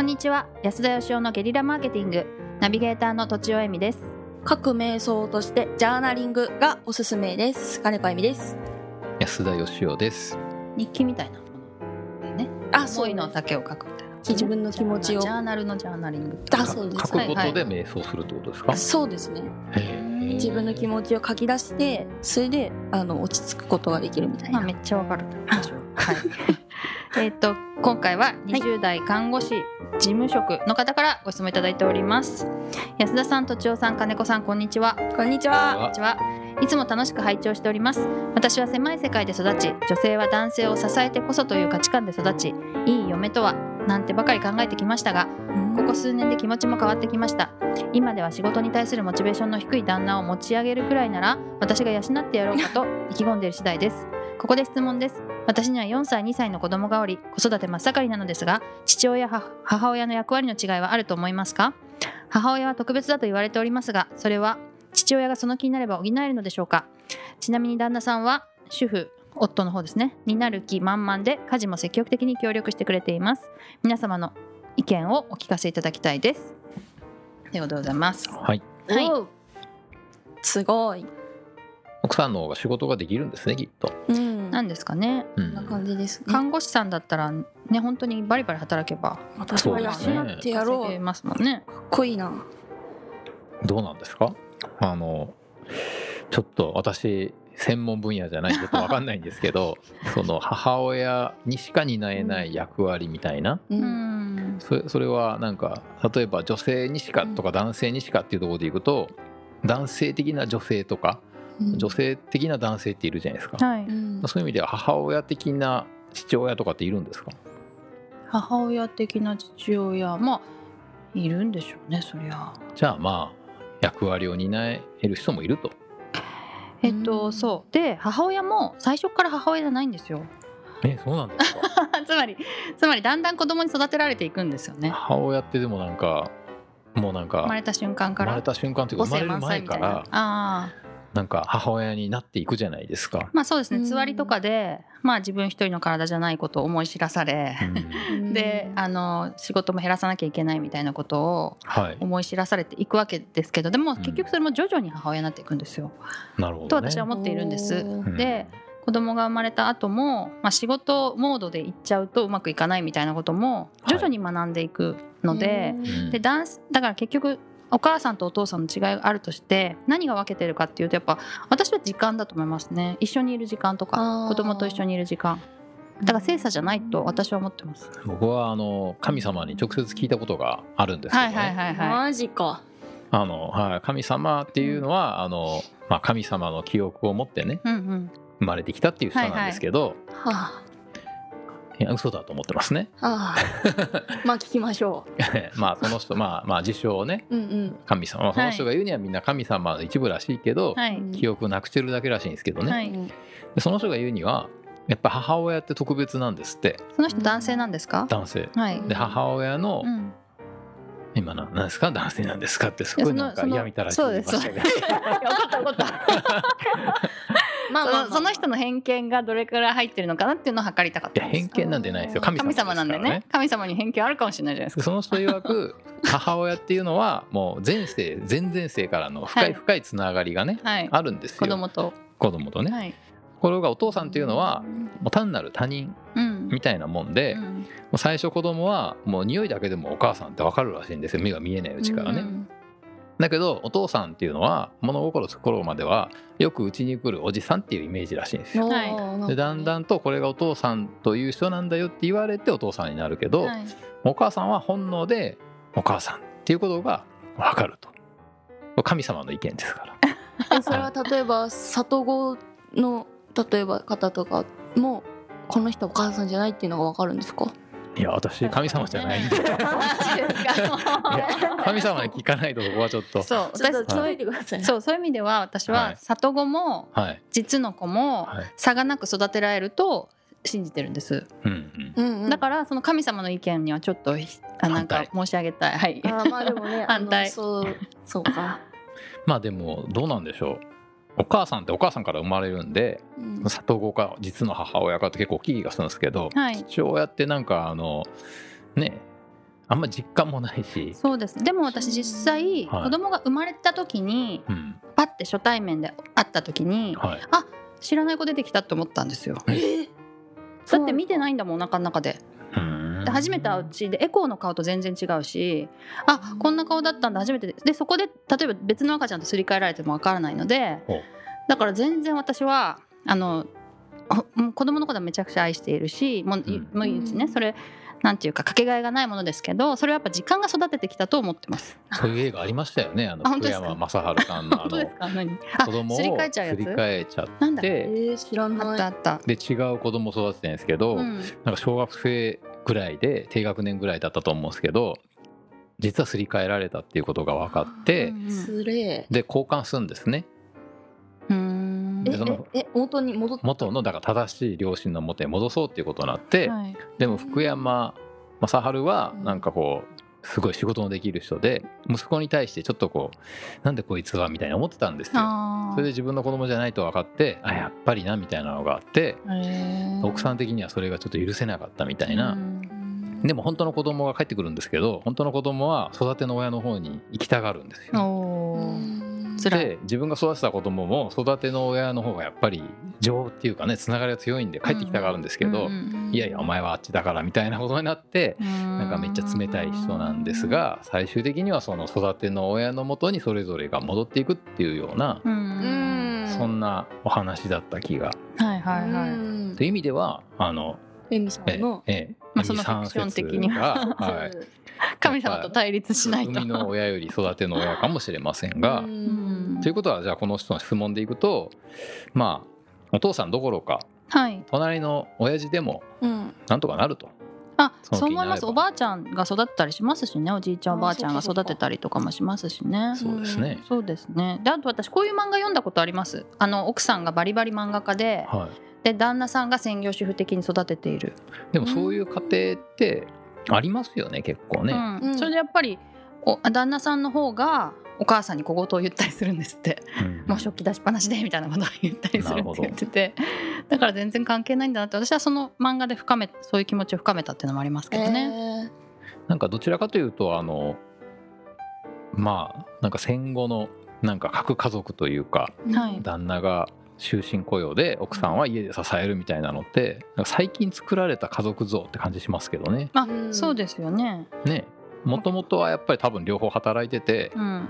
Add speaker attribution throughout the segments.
Speaker 1: んにちは安田義生のゲリラマーケティングナビゲーターのとちおえみです
Speaker 2: 各瞑想としてジャーナリングがおすすめです金子あゆみです
Speaker 3: 安田義雄です。
Speaker 1: 日記みたいなものでね
Speaker 2: あ
Speaker 1: 思いの
Speaker 2: だ
Speaker 1: 丈を書くみたいな
Speaker 2: 自分の気持ちを
Speaker 1: ジャーナルのジャーナリング
Speaker 2: だそうです
Speaker 3: 書くことで瞑想するってことですか。
Speaker 2: そうですね
Speaker 3: へえ
Speaker 2: 自分の気持ちを書き出してそれであの落ち着くことができるみたい
Speaker 1: まあ
Speaker 2: な
Speaker 1: めっちゃわかるはい えっと今回は20代看護師、事務職の方からご質問いただいております安田さんとちおさん金子さんこんにちは
Speaker 2: こんにち
Speaker 1: こんにちはいつも楽しく拝聴しております私は狭い世界で育ち女性は男性を支えてこそという価値観で育ちいい嫁とはなんてばかり考えてきましたがここ数年で気持ちも変わってきました今では仕事に対するモチベーションの低い旦那を持ち上げるくらいなら私が養ってやろうかと 意気込んでいる次第ですここで質問です私には4歳2歳の子供がおり子育て真っ盛りなのですが父親は母親の役割の違いはあると思いますか母親は特別だと言われておりますがそれは父親がその気になれば補えるのでしょうかちなみに旦那さんは主婦夫の方ですねになる気満々で家事も積極的に協力してくれています皆様の意見をお聞かせいただきたいですではでございます
Speaker 3: はい。
Speaker 1: はい
Speaker 2: おうすごい
Speaker 3: 奥さんの方が仕事ができるんですね、きっと。
Speaker 2: うん
Speaker 1: なんですかね
Speaker 3: う。
Speaker 2: こんなん感じですね
Speaker 1: 看護師さんだったらね本当にバリバリ働けば
Speaker 2: 私は養ってやろ
Speaker 1: 稼げ
Speaker 2: う
Speaker 1: ますもんね
Speaker 2: かっこいいな
Speaker 3: どうなんですか。あの。ちょっと私。専門分野じゃないんでちょっとわかんないんです けどその母親にしか担えない役割みたいな、
Speaker 1: う
Speaker 2: う
Speaker 1: んん
Speaker 3: それそれはなんか例えば女性にしかとか男性にしかっていうところでいくと男性的な女性とか女性的な男性っているじゃないですか、
Speaker 1: はい
Speaker 2: うん
Speaker 3: そういう意味では母親的な父親とかっているんですか
Speaker 1: 母親的な父親まあいるんでしょうねそりゃ
Speaker 3: じゃあまあ役割を担える人もいると
Speaker 1: えっと、
Speaker 2: うん
Speaker 1: そうで母親も最初から母親じゃないんですよ
Speaker 3: えそうなんですか
Speaker 1: つまりつまりだんだん子供に育てられていくんですよね
Speaker 3: 母親ってでもなんかもうなんか
Speaker 1: 生まれた瞬間か
Speaker 3: 生ま
Speaker 1: ら
Speaker 3: れた瞬間というか
Speaker 1: 母性
Speaker 3: 生まれる
Speaker 1: 満
Speaker 3: 前
Speaker 1: 載み
Speaker 3: か
Speaker 1: たいな
Speaker 3: ら
Speaker 1: ああー
Speaker 3: なんか母親になっていくじゃないですか、
Speaker 1: まあそうです
Speaker 2: うん
Speaker 1: ねつわりとかで、まあ、自分一人の体じゃないことを思い知らされ、
Speaker 3: うん、
Speaker 1: であの仕事も減らさなきゃいけないみたいなことを
Speaker 3: はい
Speaker 1: 思い知らされていくわけですけどでも
Speaker 3: ん
Speaker 1: 結局それも徐々に母親になっていくんですよ、
Speaker 3: なるほ
Speaker 1: と
Speaker 3: どね
Speaker 1: 私は思っているんです。
Speaker 2: お
Speaker 3: うん
Speaker 1: で子供が生まれた後も、まあ、仕事モードで行っちゃうとうまくいかないみたいなことも徐々に学んでいくので,、
Speaker 3: うん
Speaker 1: でダンスだから結局お母さんとお父さんの違いがあるとして何が分けてるかっていうとやっぱ私は時間だと思いますね一緒にいる時間と
Speaker 2: あ
Speaker 1: か
Speaker 2: ー
Speaker 1: 子供と一緒にいる時間だから精査じゃないと私は思ってます。
Speaker 3: 僕はあの神様に直接聞いたことがあるんですけど、
Speaker 1: は
Speaker 3: ね
Speaker 1: いはいはいはい。
Speaker 2: マジか
Speaker 3: あのはい神様っていうのは、あのまあ、神様の記憶を持ってね
Speaker 1: うんうん。
Speaker 3: 生まれてきたっていう人なんですけど、
Speaker 2: はあ
Speaker 3: いや嘘だと思ってますね
Speaker 2: はあまあ聞きましょ
Speaker 3: まあその人まあまあ自称をね
Speaker 2: ううんうん
Speaker 3: 神様、まあその人が言うにはみんな神様の一部らしいけど、
Speaker 1: はい。
Speaker 3: 記憶なくしてるだけらしいんですけどね、
Speaker 1: はい
Speaker 2: うん
Speaker 3: でその人が言うにはやっぱ母親って特別なんですって
Speaker 1: その人男性なんですか？
Speaker 3: 男性
Speaker 1: はい。
Speaker 3: で母親の、
Speaker 1: うん。
Speaker 3: 今な何ですか男性なんですかってすごいなん
Speaker 1: いや
Speaker 3: か
Speaker 1: その
Speaker 3: 嫌みたらしい言いましたけど
Speaker 1: かったかった。
Speaker 2: まあまあまあ
Speaker 1: そのその人の偏見がどれくらい入ってるのかなっていうのを測りたかっ
Speaker 3: い
Speaker 1: た
Speaker 3: や
Speaker 1: んです。
Speaker 3: 偏見なんてない ですよ神様
Speaker 1: 神
Speaker 3: ですか
Speaker 1: 様
Speaker 3: ら
Speaker 1: なんでね。神様に偏見あるかもしれないじゃないです
Speaker 3: で
Speaker 1: か。
Speaker 3: その人曰く母親っていうのはもう前世前々世からの深
Speaker 1: はいい
Speaker 3: 深いつながりがね、
Speaker 1: はい。
Speaker 3: あるんですよ
Speaker 1: 子供と。
Speaker 3: 子供とね、
Speaker 1: はい。
Speaker 3: これがお父さんっていうのはもう単なる他人
Speaker 1: うん。
Speaker 3: みたいなもんで、
Speaker 1: う
Speaker 3: も
Speaker 1: ん
Speaker 3: う最初子供はもう匂いだけでもお母さんってわかるらしいんですよ目が見えないうちからね、
Speaker 1: うん
Speaker 3: だけどお父さんっていうのは物心つく頃まではよくうちに来るおじさんっていうイメージらしいんですよ
Speaker 1: はい
Speaker 2: おー
Speaker 3: でだんだんとこれがお父さんという人なんだよって言われてお父さんになるけど、
Speaker 1: はい
Speaker 3: お母さんは本能でお母さんっていうことが分かると神様の意見で すから
Speaker 2: えそれは例えば里子の例えば方とかもこの人お母さんじゃないっていうのがわかるんです か
Speaker 3: いや私神様じゃ ないんでいや神様に聞かないとここはちょっと
Speaker 1: そう私そういう
Speaker 2: てくださ
Speaker 1: そうそういう意味では私
Speaker 3: は
Speaker 1: はい里子も
Speaker 3: はい
Speaker 1: 実の子も
Speaker 3: はい
Speaker 1: 差がなく育てられると信じてるんです。
Speaker 3: うんうん
Speaker 2: うんうん、
Speaker 1: だからその神様の意見にはちょっとひあなんか
Speaker 3: 反
Speaker 1: 申し上げたい。はい。
Speaker 2: あーまあでも ね
Speaker 1: 反対
Speaker 2: あのそうそう か、
Speaker 3: まあでもどうなんでしょうお母さんってお母さんから生まれるんで
Speaker 2: うん
Speaker 3: 里子か実の母親かって結構大きい気がするんですけど、
Speaker 1: はい。
Speaker 3: 父親ってなんかあのねあんま実感もないし、
Speaker 1: そうですでも私実際
Speaker 3: はい
Speaker 1: 子供が生まれた時に
Speaker 3: うん
Speaker 1: パッて初対面で会った時に
Speaker 3: はい、
Speaker 1: 知らない子出てきたって思ったんですよ
Speaker 2: え
Speaker 1: だって見てないんだもんお腹の中で
Speaker 3: うん
Speaker 1: で初めて会うしでエコーの顔と全然違うしあこんな顔だったんだ初めてででそこで例えば別の赤ちゃんとすり替えられてもわからないので
Speaker 3: ほう
Speaker 1: だから全然私はあのほもう子供のことはめちゃくちゃ愛しているしもう,、
Speaker 3: うん
Speaker 1: もうね
Speaker 2: うん
Speaker 1: それなんていうかかけがえがないものですけどそれはやっぱ時間が育ててきたと思ってます。
Speaker 3: そういう映画ありましたよねあの
Speaker 1: あ本当
Speaker 3: 福
Speaker 1: ですか
Speaker 3: 山雅治さんのあ
Speaker 1: 本当
Speaker 3: の
Speaker 1: ですか何
Speaker 3: 子供
Speaker 1: あ
Speaker 3: を
Speaker 1: す
Speaker 3: す
Speaker 1: り
Speaker 3: り
Speaker 1: 替えちゃうやつ
Speaker 3: 替えちゃっ
Speaker 1: なんだ
Speaker 3: て
Speaker 2: ー、知ら
Speaker 1: あ
Speaker 2: な
Speaker 1: っ
Speaker 2: い
Speaker 1: たあった。
Speaker 3: で違う子供育ててるんですけど、
Speaker 1: うん
Speaker 3: なんか小学生ぐらいで低学年ぐらいだったと思うんですけど実はすり替えられたっていうことが分かって、
Speaker 1: うん
Speaker 2: すれ
Speaker 3: で交換するんですね
Speaker 1: うん
Speaker 2: え
Speaker 3: でその
Speaker 2: ええ元に戻って
Speaker 3: 元のだから正しい両親の元へ戻そうっていうことになって、
Speaker 1: はい
Speaker 3: でも福山雅治は
Speaker 2: うん
Speaker 3: なんかこうすごい仕事のできる人で息子に対してちょっとこうなんでこいつはみたいな思ってたんですよ。
Speaker 1: あー
Speaker 3: それで自分の子供じゃないと分かってあやっぱりなみたいなのがあって
Speaker 1: へー
Speaker 3: 奥さん的にはそれがちょっと許せなかったみたいな、
Speaker 1: うん
Speaker 3: でも本当の子供が帰ってくるんですけど本当の子供は育ての親の方に行きたがるんですよ。
Speaker 1: お
Speaker 2: う
Speaker 1: ー
Speaker 2: ん
Speaker 1: つらい
Speaker 3: で自分が育てた子供も育ての親の方がやっぱり情っていうかねつながりが強いんで帰ってきたがるんですけど、
Speaker 1: うんうん
Speaker 3: いやいやお前はあっちだからみたいなことになって
Speaker 1: な
Speaker 3: なんかめっちゃ冷たい人なんですが最終的にはその育ての親のもとにそれぞれが戻っていくっていうような
Speaker 1: う
Speaker 2: うんん
Speaker 3: そんなお話だった気が。
Speaker 1: はいはいは
Speaker 2: う
Speaker 1: い
Speaker 2: ん
Speaker 3: という意味ではあの
Speaker 2: エミさんの
Speaker 3: ええ
Speaker 1: まあそのフィクション的には
Speaker 3: 二三節がはい
Speaker 1: 神様と対立 しないと
Speaker 3: 海の親より育ての親かもしれませんが。
Speaker 2: う
Speaker 1: うん
Speaker 2: ん
Speaker 3: ということはじゃあこの人の質問でいくとまあお父さんどころか
Speaker 1: はい
Speaker 3: 隣の親父でも
Speaker 2: うん
Speaker 3: なんとかなると
Speaker 1: あ
Speaker 3: その気になれば
Speaker 1: そう思いますおばあちゃんが育てたりしますしねおじいちゃん
Speaker 2: あー
Speaker 1: おばあちゃんが
Speaker 2: そうかそう
Speaker 1: 育
Speaker 2: か
Speaker 1: てたりとかもしますしね
Speaker 3: そうですね、
Speaker 1: そうですねであと私こういう漫画読んだことありますあの奥さんがバリバリ漫画家で
Speaker 3: はい、
Speaker 1: で旦那さんが専業主婦的に育てている
Speaker 3: でもそういう家庭ってありますよね結構ね、
Speaker 1: う
Speaker 2: うん
Speaker 1: ん、それでやっぱりお旦那さんの方がお母さんに小言を言ったりするんですって
Speaker 3: うん
Speaker 1: もう食器出しっぱなしでみたいなことを言ったりする
Speaker 3: なる
Speaker 1: っ
Speaker 3: ほ
Speaker 1: て
Speaker 3: ど
Speaker 1: 言っててだから全然関係ないんだなって私はその漫画で深めそういう気持ちを深めたっていうのもありますけどね。
Speaker 2: ね
Speaker 3: なんかどちらかというとあのまあなんか戦後のなんか核家族というか
Speaker 1: はい
Speaker 3: 旦那が終身雇用で奥さんは家で支えるみたいなのってなんか最近作られた家族像って感じしますけどね
Speaker 1: まあ、
Speaker 2: うん
Speaker 1: そうですよね。
Speaker 3: ねもともとはやっぱり多分両方働いてて
Speaker 1: うん、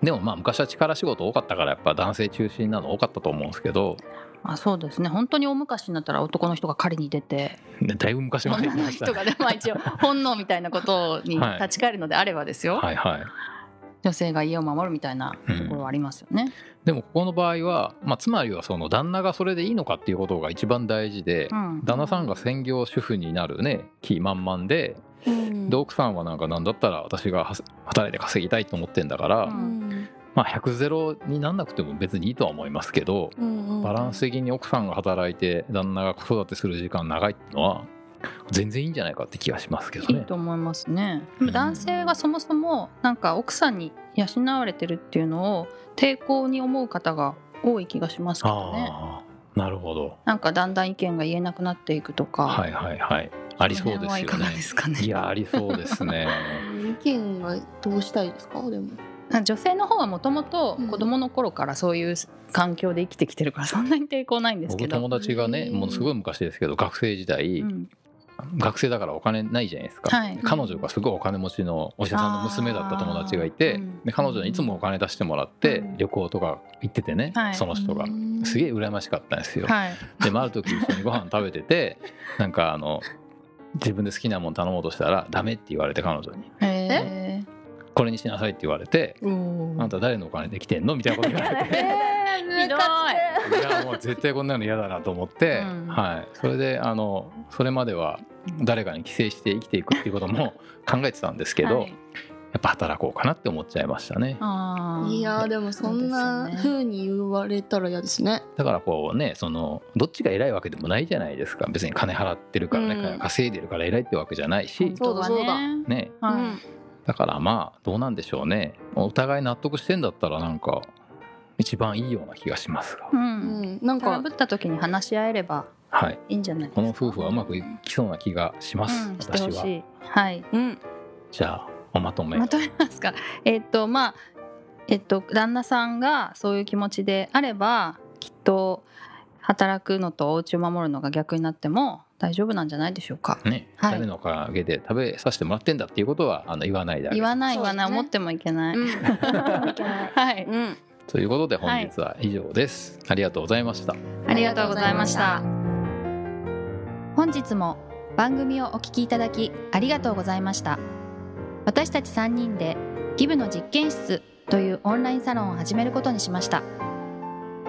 Speaker 3: でもまあ昔は力仕事多かったからやっぱ男性中心なの多かったと思うんですけど
Speaker 1: まあ、そうですね。本当に大昔になったら男の人が狩りに出て、
Speaker 3: ねだいぶ昔まで
Speaker 1: 女の人がね、まあ一応本能みたいなことに
Speaker 3: はい
Speaker 1: 立ち返るのであればですよ。
Speaker 3: はいはい
Speaker 1: 女性が家を守るみたいなところはありますよね。
Speaker 3: でもここの場合は、まあ、つまりはその旦那がそれでいいのかっていうことが一番大事で、
Speaker 1: うん、
Speaker 3: 旦那さんが専業主婦になるね気満々でで奥さんはなんかなんだったら私がは働いて稼ぎたいと思ってんだから、
Speaker 1: うん
Speaker 3: まあ100ゼロになんなくても別にいいとは思いますけどバランス的に奥さんが働いて旦那が子育てする時間長いってのは全然いいんじゃないかって気がしますけど
Speaker 1: いい
Speaker 3: ね。
Speaker 1: と思いますね。
Speaker 3: うん
Speaker 1: でも男性がそもそもなんか奥さんに養われてるっていうのを抵抗に思う方が多い気がしますけどね。
Speaker 3: ああなるほど
Speaker 1: なんかだんだん意見が言えなくなっていくとか、
Speaker 3: はいはいはいありそう
Speaker 1: こ
Speaker 3: で
Speaker 1: の辺
Speaker 3: す
Speaker 1: はい
Speaker 3: よ
Speaker 1: かが
Speaker 3: ね
Speaker 1: ですかね。
Speaker 3: いやありそうですね
Speaker 2: 意見はどうしたいですかでも
Speaker 1: 女性の方はもともと
Speaker 2: うん
Speaker 1: 子供の頃からそういう環境で生きてきてるからそんなに抵抗ない んですけ
Speaker 3: 僕
Speaker 1: ど
Speaker 3: 友。達がね
Speaker 2: うん
Speaker 3: もうすごい昔ですけど学生時代、
Speaker 1: うん
Speaker 3: 学生だからお金ないじゃないですか、
Speaker 1: はい
Speaker 3: で彼女がすごいお金持ちのお医者さんの娘だった友達がいて、
Speaker 1: あーうん
Speaker 3: で彼女にいつもお金出してもらって、
Speaker 1: うん
Speaker 3: 旅行とか行っててね、
Speaker 1: はい
Speaker 3: その人が。すげえ羨ましかったんですよ、
Speaker 1: はい。
Speaker 3: でもある時一緒にご飯食べ ててなんかあの自分で好きなもん頼もうとしたら「ダメ」って言われて彼女に
Speaker 1: え
Speaker 3: 「これにしなさい」って言われて
Speaker 1: ー、お
Speaker 3: 「あんた誰のお金で来てんの?」みたいなこと言われて
Speaker 2: ええ
Speaker 1: ひどい
Speaker 3: いやもう絶対こんなの嫌だなと思って、
Speaker 1: うん
Speaker 3: はい、それであのそれまでは誰かに寄生して生きていくっていうことも考えてたんですけど、
Speaker 1: はい
Speaker 3: やっぱ働こうかなって思っちゃいましたね
Speaker 1: あー
Speaker 2: いやーでもそん
Speaker 1: そ
Speaker 2: な
Speaker 1: うですよね
Speaker 2: 風に言われたら嫌ですね。
Speaker 3: だからこうねそのどっちが偉いわけでもないじゃないですか別に金払ってるからね、
Speaker 2: うん
Speaker 3: 稼いでるから偉いってわけじゃないし
Speaker 1: 本、当はね
Speaker 2: そうだ
Speaker 3: ね、
Speaker 1: はい
Speaker 3: だからまあどうなんでしょうねお互い納得してんだったらなんか一番いいような気がしますが、
Speaker 1: う
Speaker 2: うんん、うん、なん
Speaker 1: トラ
Speaker 2: か
Speaker 1: ブった時に話し合えれば
Speaker 3: はい、
Speaker 1: いいんじゃないです
Speaker 3: こ
Speaker 1: か
Speaker 3: の夫婦はうまくいきそうな気がします、
Speaker 1: うん、して
Speaker 3: 私
Speaker 1: ほ
Speaker 3: は
Speaker 1: し。いはい
Speaker 2: うん
Speaker 3: じゃあおまとめ
Speaker 1: まとめますか。えっとまあえっと旦那さんがそういう気持ちであればきっと働くのとお家を守るのが逆になっても大丈夫なんじゃないでしょうか。
Speaker 3: ね、
Speaker 1: はい
Speaker 3: 誰のおかげで食べさせてもらってんだっていうことはあの言わないであげ
Speaker 1: 言
Speaker 3: る
Speaker 1: わない言わない、
Speaker 2: そう
Speaker 1: 思っ
Speaker 2: ですね
Speaker 1: てもいけない。
Speaker 2: うんいけない
Speaker 1: はい、
Speaker 2: うん
Speaker 3: ということで本日は以上です、ありがとうございました
Speaker 1: ありがとうございました。本日も番組をお聞きいただきありがとうございました。私たち3人でギブの実験室というオンラインサロンを始めることにしました。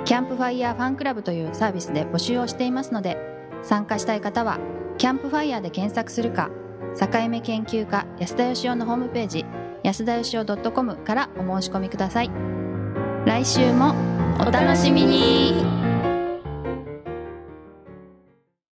Speaker 1: キャンプファイヤーファンクラブというサービスで募集をしていますので、参加したい方はキャンプファイヤーで検索するか、境目研究家安田義雄のホームページ安田義雄 .com からお申し込みください。来週もお楽しみに